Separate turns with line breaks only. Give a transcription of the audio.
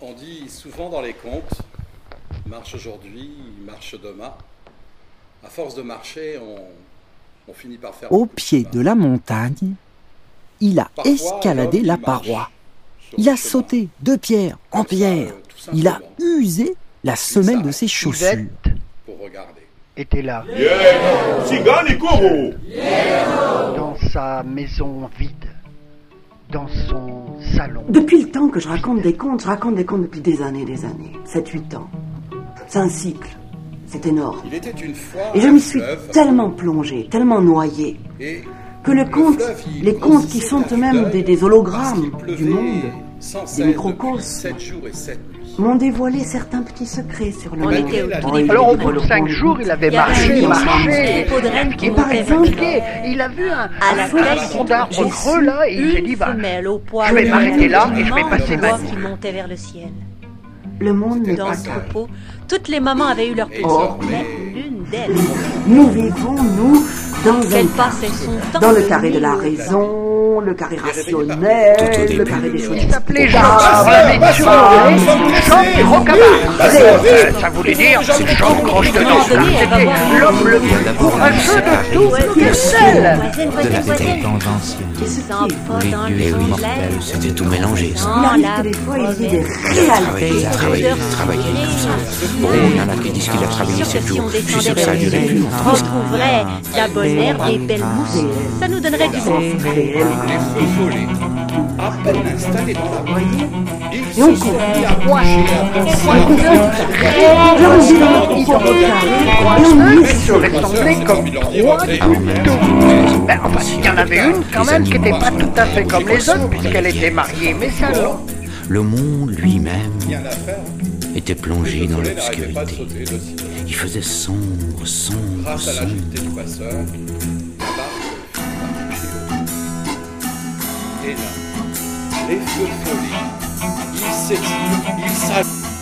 On dit souvent dans les contes, marche aujourd'hui, marche demain. À force de marcher, on, on finit par faire.
Au
beaucoup
pied
chemin.
de la montagne, il a
Parfois,
escaladé
l'homme,
la
il marche
paroi.
sur
Il
le
a
chemin.
sauté de pierre en
Comme ça,
pierre.
euh, tout
Il a
simplement,
usé la semelle de ses chaussures.
Yvette
Pour regarder.
était là,
Cigane Koro
dans sa maison vide, dans son salon.
Depuis le temps que je raconte des contes, je raconte des contes depuis des années, des années. 7-8 ans. C'est un cycle. C'est énorme.
Il était une fois.
Et je
un
m'y suis
fleuve,
tellement plongée, tellement noyée,
et
que le conte,
fleuve, il
les contes qui
grossissait
sont
à vue
eux-mêmes
d'œil
des, des hologrammes
parce qu'il
du
pleuvait
monde,
sans cesse
des
depuis
microcosmes.
sept jours et sept nuits.
m'ont dévoilé certains petits secrets sur le
On
monde.
était au tout
Oh, il
début.
est
Alors au
drôle,
bout de
le
cinq
conte.
jours, il avait
Il y avait
un
marché,
lion,
marché,
un
pot de reine
fatigué,
qui roulait
fatigué. Il a vu un,
À
un
la
grand
place,
tronc d'arbre
j'ai
creux là et il s'est dit
Une
bah,
femelle au poil.
je vais
de
m'arrêter
là et je vais
maman,
passer ma
voix
vie.
qui montait vers le ciel.
Le monde n'est
Dans
Ah,
pas
ce
ça.
troupeau, toutes les mamans avaient eu leur
Et
petit.
désormais,
mais l'une d'elles,
Nous vivons, nous, dans
elle
un
passait son temps
dans le carré de la
mille-
raison, le carré
Tout au
rationnel, le
début.
carré des choses.
il s'appelait Jean,
Ah,
la mission Jean Rocamart.
Passons,
Euh, Ça voulait dire Jean Croche de Nantes.
Elle va
C'était
voir-
l'homme le plus courageux de tous les sels.
Voisine,
de
voisine,
la
voisine.
convention.
Qu'est-ce que t'en fous
Les
dans le
vieux et
fond de l'air?
mortels, Eh c'était tout mélangé, ça.
Dans
Il
la
arrive que des fois, il y ait des réalités.
province.
Il a travaillé, il a travaillé comme ça. Oh Bon, il y en a qui disent qu'il a travaillé
Sûr que
7
si on
jours. Je suis
descendait
sûr que ça a duré
vers
plus
le
longtemps. Ah,
on trouverait de la bonne herbe et belles mousses. Ça nous donnerait du bon.
sens réel.
Les folés, à peine installés dans la boîte, ils se
on
sont
comprend.
mis à bouger, à penser, à
Alors, on dit dans notre propre carré, et on
Ils se
glisse.
ressemblaient comme trois gouttes d'eau. Ben, enfin, il y en avait une quand même qui n'était pas tout à fait comme les autres puisqu'elle était mariée, mais ça alors.
Le monde lui-même
rien à faire.
était plongé dans
Follet n'arrêtait pas de
l'obscurité.
sauter de sitôt.
Il faisait sombre, sombre,
Grâce à
sombre.
l'agilité du passeur, la barque fut arrachée. Et là, les feux de folie, ils s'étirent, ils s'allongent.